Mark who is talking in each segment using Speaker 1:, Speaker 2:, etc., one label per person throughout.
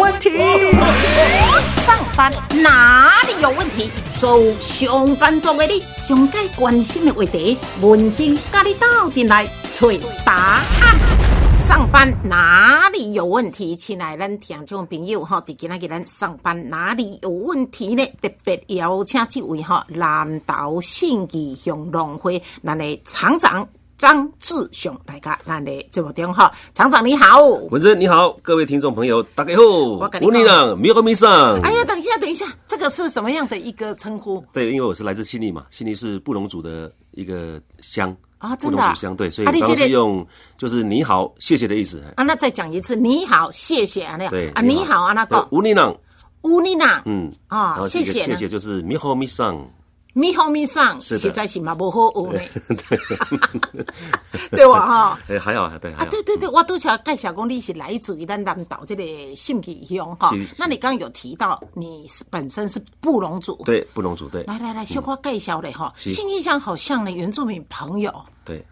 Speaker 1: 问题。
Speaker 2: 上班哪里有问题？所有上班族的你，上该关心的话题，文静甲你斗阵来找答案。上班哪里有问题？亲爱咱听众朋友吼，伫今仔日咱上班哪里有问题呢？特别邀请这位吼南投信义乡农会咱的厂长张志雄来甲咱的节目中吼，厂长你好。
Speaker 3: 文珍你好，各位听众朋友，大家好，我
Speaker 2: 跟你讲
Speaker 3: 我你呢，没有迷上。
Speaker 2: 哎呀，等一下，等一下，这个是什么样的一个称呼？
Speaker 3: 对，因为我是来自悉尼嘛，悉尼是布农族的一个乡
Speaker 2: 啊
Speaker 3: 布
Speaker 2: 真的啊
Speaker 3: 农族乡对，所以
Speaker 2: 啊
Speaker 3: 我
Speaker 2: 你
Speaker 3: 刚
Speaker 2: 这
Speaker 3: 刚是
Speaker 2: 个
Speaker 3: 用就是你好、谢谢的意思。哎
Speaker 2: 啊，那再讲一次，你好，谢谢啊，那
Speaker 3: 对
Speaker 2: 样啊，你好啊，那
Speaker 3: 对
Speaker 2: 个
Speaker 3: 吴丽朗，
Speaker 2: 乌妮娜，
Speaker 3: 嗯，然
Speaker 2: 哦，
Speaker 3: 后
Speaker 2: 谢
Speaker 3: 这个
Speaker 2: 谢
Speaker 3: 谢
Speaker 2: 呢
Speaker 3: 谢，就是咪好咪上，
Speaker 2: 咪好咪上，
Speaker 3: 是的
Speaker 2: 实在是嘛不好 学呢， 对吧？哈。
Speaker 3: 哎，还好，对，还
Speaker 2: 啊，
Speaker 3: 好
Speaker 2: 对，对对，我都想介绍讲你是来自于咱南岛这个信义乡哈
Speaker 3: 是是。
Speaker 2: 那你刚刚有提到你是本身是布农族，
Speaker 3: 对，布农族，对，
Speaker 2: 来来来，小可介绍嘞哈。
Speaker 3: 是
Speaker 2: 信义乡好像呢原住民朋友，
Speaker 3: 对，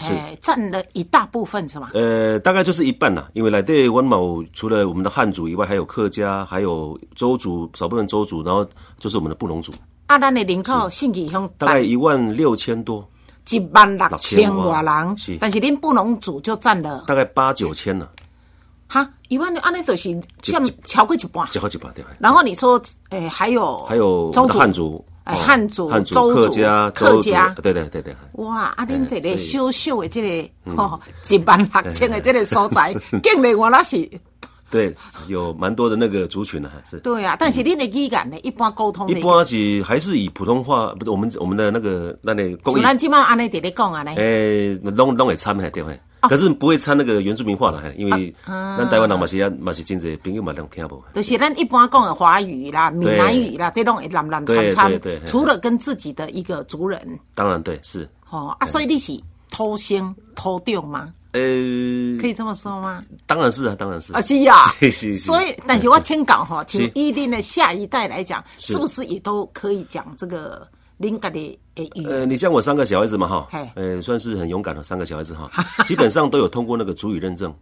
Speaker 3: 是。
Speaker 2: 哎，占了一大部分是吗？
Speaker 3: 呃，大概就是一半啦，因为来对温某除了我们的汉族以外，还有客家，还有周族，少部分周族，然后就是我们的布农族，
Speaker 2: 啊，咱的人口信义乡
Speaker 3: 大概一万六千多，
Speaker 2: 一万六千
Speaker 3: 六
Speaker 2: 多
Speaker 3: 千多啊
Speaker 2: 人，
Speaker 3: 是
Speaker 2: 但是恁布农族就占了
Speaker 3: 大概八九千呢，
Speaker 2: 哈一万六，安尼就是占
Speaker 3: 一
Speaker 2: 超过一半。
Speaker 3: 就好几百对吧。
Speaker 2: 然后你说，诶、还有
Speaker 3: 还有
Speaker 2: 周
Speaker 3: 我们
Speaker 2: 族
Speaker 3: 的汉族，
Speaker 2: 哎
Speaker 3: 哦
Speaker 2: 汉族
Speaker 3: 汉族、
Speaker 2: 周族
Speaker 3: 客家、
Speaker 2: 客
Speaker 3: 周族
Speaker 2: 家
Speaker 3: 对对对对，
Speaker 2: 哇，啊，恁这个
Speaker 3: 对
Speaker 2: 小小的这个
Speaker 3: 嗯
Speaker 2: 吼、一万六千的这个所
Speaker 3: 哎
Speaker 2: 在，竟然我那是
Speaker 3: 对，有蛮多的那个族群呢，还是。
Speaker 2: 对啊。但是恁的语言呢，一般沟通
Speaker 3: 一
Speaker 2: 的，
Speaker 3: 般是还是以普通话，不是我们我们的那个那那公
Speaker 2: 就
Speaker 3: 益，
Speaker 2: 咱即摆安尼在咧讲啊呢。
Speaker 3: 哎，拢拢会掺嘿，对嘿。
Speaker 2: 哦
Speaker 3: 可是不会掺那个原住民话了，嘿，因为
Speaker 2: 啊
Speaker 3: 咱台湾人嘛是嘛是真侪朋友嘛能听不。
Speaker 2: 就是咱一般讲的华语啦、闽南语啦，这种会南南掺掺
Speaker 3: 对对，对
Speaker 2: 除了跟自己的一个族人，
Speaker 3: 当然对，是，
Speaker 2: 哦啊，所以你是偷生偷掉吗？
Speaker 3: 呃，
Speaker 2: 可以这么说吗？
Speaker 3: 当然是啊，当然是
Speaker 2: 啊，。是呀、啊
Speaker 3: 是是是
Speaker 2: 所以，但是我听讲哈，
Speaker 3: 是
Speaker 2: 就一定的下一代来讲，是不是也都可以讲这个灵感的诶语言？
Speaker 3: 呃，你像我三个小孩子嘛哈
Speaker 2: 嘿，
Speaker 3: 呃，算是很勇敢的三个小孩子 哈，基本上都有通过那个主语认证。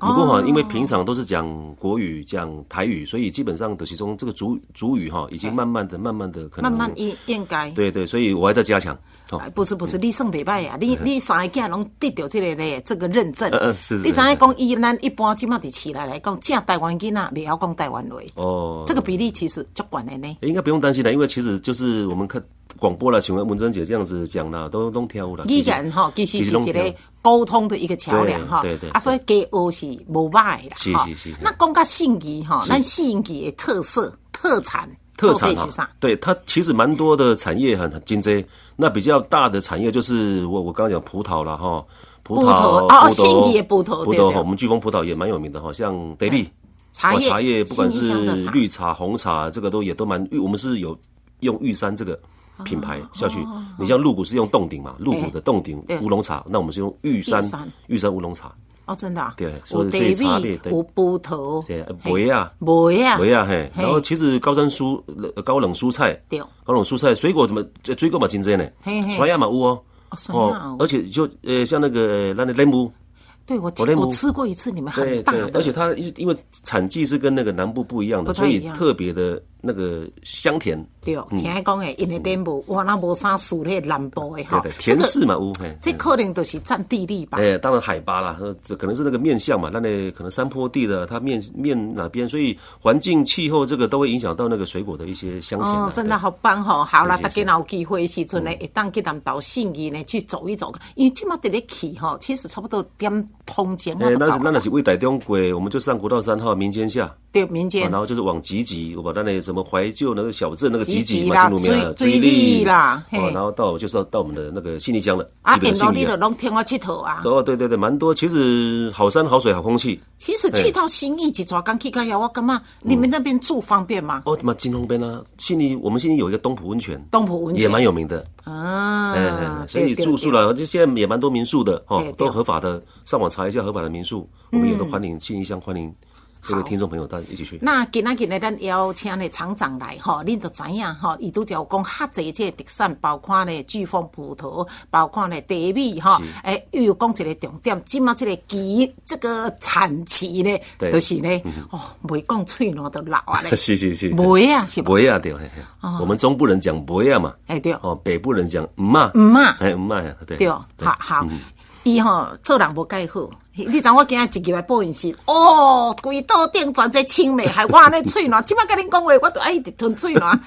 Speaker 3: 不过
Speaker 2: 哦
Speaker 3: 哈，因为平常都是讲国语、讲台语，所以基本上的其中这个主主语哈，已经慢慢的、慢慢的可能
Speaker 2: 慢慢应应该。
Speaker 3: 对对，所以我还在加强。哦
Speaker 2: 哎，不是不是，你算袂歹啊！你你三个囝拢得到这个嘞，这个认证。
Speaker 3: 嗯呃呃是是
Speaker 2: 你知影讲，伊咱一般即马伫市内来讲，正台湾囡仔袂晓讲台湾话，
Speaker 3: 哦，
Speaker 2: 呃这个比例其实足悬的呢。
Speaker 3: 应该不用担心的，因为其实就是我们看广播了，请问文珍姐这样子讲啦，都都挑了。
Speaker 2: 语言吼，其实是
Speaker 3: 拢
Speaker 2: 一
Speaker 3: 挑
Speaker 2: 个沟通的一个桥梁
Speaker 3: 对
Speaker 2: 吼
Speaker 3: 对对
Speaker 2: 啊，
Speaker 3: 对
Speaker 2: 所以加学是无歹啦。
Speaker 3: 是
Speaker 2: 吼
Speaker 3: 是是
Speaker 2: 那讲到信义吼，咱信义的特色特产
Speaker 3: 特
Speaker 2: 到
Speaker 3: 产哦
Speaker 2: 底
Speaker 3: 哈
Speaker 2: 是啥？，
Speaker 3: 对它其实蛮多的产业很很精济。那比较大的产业就是我我刚刚讲葡萄了哈，葡
Speaker 2: 葡萄
Speaker 3: 萄
Speaker 2: 哦
Speaker 3: 葡萄
Speaker 2: 信义的葡萄
Speaker 3: 葡
Speaker 2: 对对
Speaker 3: 萄哈，我们飓风葡萄也蛮有名的哈，像得利
Speaker 2: 茶叶
Speaker 3: 哦茶叶不管
Speaker 2: 信义
Speaker 3: 是
Speaker 2: 乡的茶
Speaker 3: 绿茶、红茶，这个都也都蛮，我们是有用玉山这个。品牌下去，你像鹿谷是用洞顶嘛，鹿谷的洞顶
Speaker 2: 哦对
Speaker 3: 乌龙茶，那我们是用玉山
Speaker 2: 玉山
Speaker 3: 玉山乌龙茶，
Speaker 2: 哦，真的啊，
Speaker 3: 对
Speaker 2: 有
Speaker 3: 我最差
Speaker 2: 地
Speaker 3: 别
Speaker 2: 米，
Speaker 3: 对
Speaker 2: 有葡萄，
Speaker 3: 对，呃
Speaker 2: 嘿
Speaker 3: 梅啊，
Speaker 2: 梅啊，
Speaker 3: 梅啊嘿，
Speaker 2: 嘿
Speaker 3: 然后其实高山蔬、呃高冷蔬菜
Speaker 2: 对，
Speaker 3: 高冷蔬菜、水果怎么呃水果嘛真真呢
Speaker 2: 嘿嘿，
Speaker 3: 酸亚嘛有哦
Speaker 2: 哦酸亚有
Speaker 3: 而且就呃像那个呃那的莲雾，
Speaker 2: 对我
Speaker 3: 我内
Speaker 2: 我
Speaker 3: 蒙
Speaker 2: 吃过一次，你们
Speaker 3: 对
Speaker 2: 很大
Speaker 3: 对，而
Speaker 2: 的，
Speaker 3: 且它因因为产季是跟那个南部不一样
Speaker 2: 不
Speaker 3: 的，
Speaker 2: 太
Speaker 3: 所以
Speaker 2: 一样
Speaker 3: 特别的那个香甜，
Speaker 2: 对，听讲诶，因为南部哇，那无啥熟咧南部的
Speaker 3: 对
Speaker 2: 哈
Speaker 3: 对，，
Speaker 2: 这
Speaker 3: 甜
Speaker 2: 个
Speaker 3: 柿嘛有嘿。
Speaker 2: 这可能都是占地利吧。
Speaker 3: 哎，当然海拔啦，呃这可能是那个面相嘛，那那可能山坡地的，它面面哪边，所以环境气候这个都会影响到那个水果的一些香甜啊。
Speaker 2: 哦，真
Speaker 3: 对
Speaker 2: 的好棒吼！好啦，
Speaker 3: 是
Speaker 2: 大
Speaker 3: 是嗯
Speaker 2: 家若有机会的时阵呢，会当去南投信义呢去走一走，因为即马伫咧去吼，其实差不多点通前啊
Speaker 3: 哎、
Speaker 2: 就
Speaker 3: 那
Speaker 2: 到
Speaker 3: 那那
Speaker 2: 了，
Speaker 3: 是为台中鬼，我们就上国道三号民间下，
Speaker 2: 对民
Speaker 3: 啊
Speaker 2: 间
Speaker 3: 然后就是往集集，我把那里什么怀旧那个小镇那个
Speaker 2: 集
Speaker 3: 集
Speaker 2: 集
Speaker 3: 集
Speaker 2: 啦
Speaker 3: 嘛，进入面啊
Speaker 2: 追追力啦嘿
Speaker 3: 哦，然后到就是要到我们的那个信义乡了，
Speaker 2: 啊，
Speaker 3: 基本
Speaker 2: 沿
Speaker 3: 的
Speaker 2: 路
Speaker 3: 信
Speaker 2: 你
Speaker 3: 义
Speaker 2: 就
Speaker 3: 啊。
Speaker 2: 拢听我佚佗啊。
Speaker 3: 哦，对对对，蛮多。其实好山好水好空气，
Speaker 2: 其实去到新义一抓刚去到遐，我感觉你们那边住方便吗？
Speaker 3: 哦，嘛金龙边啊，信义我们信义有一个东浦温泉，
Speaker 2: 东浦温泉
Speaker 3: 也蛮有名的，
Speaker 2: 啊，
Speaker 3: 哎、哎，所以
Speaker 2: 对对
Speaker 3: 住宿了，就现在也蛮多民宿的
Speaker 2: 对嗯
Speaker 3: 哦
Speaker 2: 对，
Speaker 3: 都合法的，上网查一下合法的民宿，我们也都欢迎信义乡欢迎各位听众朋友，大家一起去。
Speaker 2: 那今仔日呢，咱邀请呢厂长来吼，恁就知影吼，伊拄则有讲较侪即个特产，包括呢巨峰葡萄，包括呢茶米吼，诶、又有讲一个重点，即马即个期这个产期呢，
Speaker 3: 对
Speaker 2: 就是呢，哦，袂讲喙烂就老啊 咧，
Speaker 3: 是是是，
Speaker 2: 袂啊是无，
Speaker 3: 梅啊对，嘿嘿我们中部人讲梅啊嘛，
Speaker 2: 哎对
Speaker 3: 哦，北部人讲唔嘛，
Speaker 2: 唔啊嘛
Speaker 3: 哎唔嘛呀，对嗯
Speaker 2: 对，好好，伊吼做人无介好。你知我今仔一入来播音室，哦，规桌顶全在青梅，害我安尼喙 烂，即摆甲恁讲话，我都爱一直吞喙烂。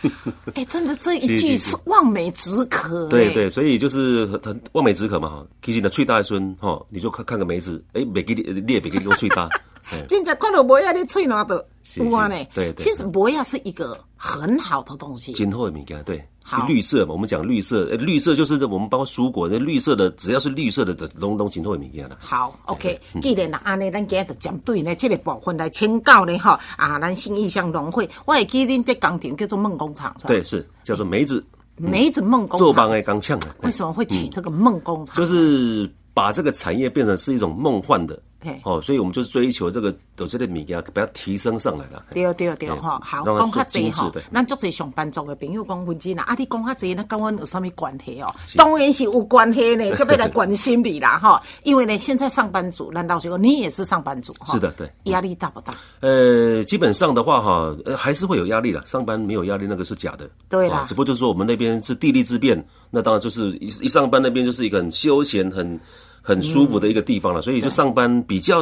Speaker 2: 哎、真的这一
Speaker 3: 是
Speaker 2: 句
Speaker 3: 是是
Speaker 2: 是望梅止渴、欸。
Speaker 3: 对对，所以就是很望梅止渴嘛哈。其实呢，最大一孙哈，哦你就看看个梅子，哎，别给你，你也别给你用最大，哎
Speaker 2: 真正看到梅啊，你喙暖的
Speaker 3: 是
Speaker 2: 有啊呢。
Speaker 3: 对对
Speaker 2: 其实梅啊是一个很好的东西。
Speaker 3: 今后的物件，对
Speaker 2: 好，
Speaker 3: 绿色嘛，我们讲绿色，哎绿色就是我们包括蔬果，那绿色的只要是绿色的的拢拢今后的物件啦。
Speaker 2: 好，OK，既
Speaker 3: 嗯
Speaker 2: 然那啊安尼，咱今日就针对呢这个部分来请教呢，吼啊，咱新义乡农会，我会记恁这工厂叫做梦工厂，是吧？
Speaker 3: 对，，是叫做梅子，
Speaker 2: 梅子梦工
Speaker 3: 做
Speaker 2: 厂
Speaker 3: 帮，哎刚呛的。
Speaker 2: 为什么会取这个梦工
Speaker 3: 嗯
Speaker 2: 厂？
Speaker 3: 就是把这个产业变成是一种梦幻的
Speaker 2: 嘿，
Speaker 3: 哦，所以我们就是追求这个有这类米给它把它提升上来了。
Speaker 2: 对哦对对，
Speaker 3: 嗯
Speaker 2: 吼，好，
Speaker 3: 让它
Speaker 2: 讲较
Speaker 3: 精
Speaker 2: 济
Speaker 3: 致
Speaker 2: 吼
Speaker 3: 对，
Speaker 2: 咱足侪上班族的朋友讲分钱啦，啊，你讲较济，那跟阮有啥物关系哦？当然是有关系 呢，这要来关心你啦，吼，因为呢，现在上班族，难道说你也是上班族？吼
Speaker 3: 是的对，
Speaker 2: 压力大不大？
Speaker 3: 呃，基本上的话哈，呃，还是会有压力啦。上班没有压力那个是假的，
Speaker 2: 对啦
Speaker 3: 哦只不过就是说我们那边是地利之便，那当然就是一一上班那边就是一个很休闲、很很舒服的一个地
Speaker 2: 嗯
Speaker 3: 方了，所以就上班比较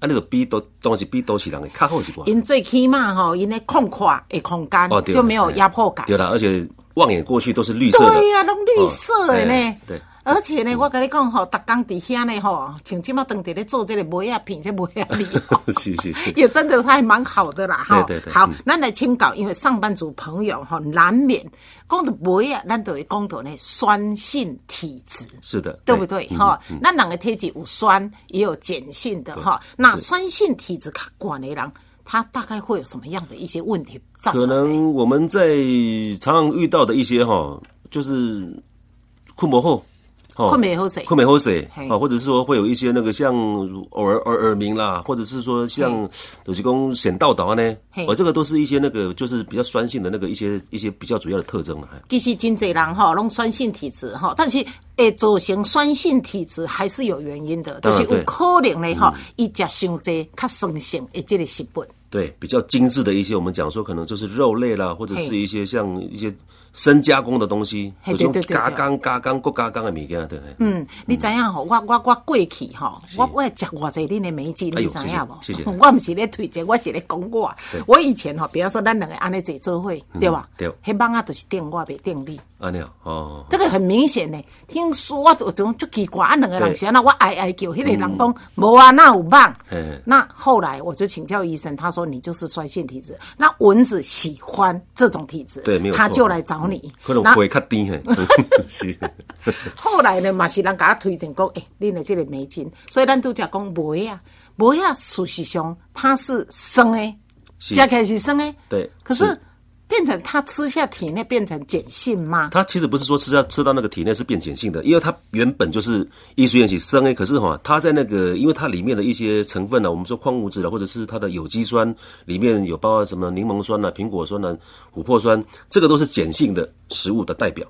Speaker 3: 按那个逼都东西逼都起来，看后几关。
Speaker 2: 因最起码吼，因的空旷的空间
Speaker 3: 哦，对了
Speaker 2: 嗯就没有压迫感。
Speaker 3: 对了，而且望眼过去都是绿色的，
Speaker 2: 对啊呀，拢绿色的
Speaker 3: 哦
Speaker 2: 呢
Speaker 3: 哎。对。
Speaker 2: 而且呢，我跟你讲吼，逐工伫遐呢吼，像即马当地咧做这个梅啊片，这梅啊米吼
Speaker 3: 是是是
Speaker 2: 也真的是还蛮好的啦哈。
Speaker 3: 对对对嗯
Speaker 2: 好，咱来请教，因为上班族朋友吼，难免讲到梅啊，咱就会讲到呢酸性体质。
Speaker 3: 是的，哎
Speaker 2: 对不
Speaker 3: 嗯
Speaker 2: 对？哈、那人的体质有酸也有碱性的哈。那酸性体质较管的人，他大概会有什么样的一些问题造成？
Speaker 3: 可能我们在常常遇到的一些哈，就是困魔后，哦
Speaker 2: 困不好睡
Speaker 3: 困没后水
Speaker 2: 嘿
Speaker 3: 啊，或者是说会有一些那个像偶尔耳耳鸣啦，或者是说像有些公显道导呢
Speaker 2: 嘿，
Speaker 3: 哦，这个都是一些那个就是比较酸性的那个一些一些比较主要的特征了。啊嘿
Speaker 2: 其实真侪人吼，拢酸性体质吼，但是会造成酸性体质还是有原因的，就
Speaker 3: 当然
Speaker 2: 是有
Speaker 3: 对嗯
Speaker 2: 可能嘞吼，伊食伤济较酸性的这个食物。
Speaker 3: 对，比较精致的一些，我们讲说可能就是肉类啦，或者
Speaker 2: 嘿
Speaker 3: 是一些像一些深加工的东西，
Speaker 2: 嘿
Speaker 3: 有
Speaker 2: 对
Speaker 3: 种
Speaker 2: 对对
Speaker 3: 嘎
Speaker 2: 对
Speaker 3: 刚嘎刚过嘎刚的米羹，对，嘿
Speaker 2: 嗯，你知影吼，我我我过去吼，我我食偌济恁的梅子，
Speaker 3: 哎
Speaker 2: 你
Speaker 3: 呦
Speaker 2: 知影无？
Speaker 3: 谢谢谢谢
Speaker 2: 我毋是咧推荐，我是咧讲我。我以前吼，比方说咱两个安尼坐做伙，对吧？
Speaker 3: 嗯对
Speaker 2: 迄网啊，就是定我袂定你，
Speaker 3: 啊那样哦。
Speaker 2: 这个很明显呢。听说我有种足奇怪，啊两个人
Speaker 3: 对
Speaker 2: 是安那我哀哀叫，迄个人讲无啊，那有网
Speaker 3: 嗯嘿。
Speaker 2: 那后来我就请教医生，他说你就是酸性体质，那蚊子喜欢这种体质，
Speaker 3: 对没有错嗯
Speaker 2: 他就来找你。
Speaker 3: 可能
Speaker 2: 那
Speaker 3: 会较甜嘿， 是，
Speaker 2: 后来呢，嘛是人甲我推荐讲，诶、恁的这个梅精，所以咱拄则讲梅啊，梅啊，事实上它是生的，吃
Speaker 3: 是
Speaker 2: 起来是生的，
Speaker 3: 对
Speaker 2: 可是
Speaker 3: 是
Speaker 2: 变成它吃下体内变成碱性吗？
Speaker 3: 它其实不是说吃到吃到那个体内是变碱性的，因为它原本就是艺术院起生 A，可是哈，它在那个因为它里面的一些成分呢、啊我们说矿物质了，或者是它的有机酸里面有包括什么柠檬酸呐、苹果酸呐、琥珀酸，这个都是碱性的食物的代表。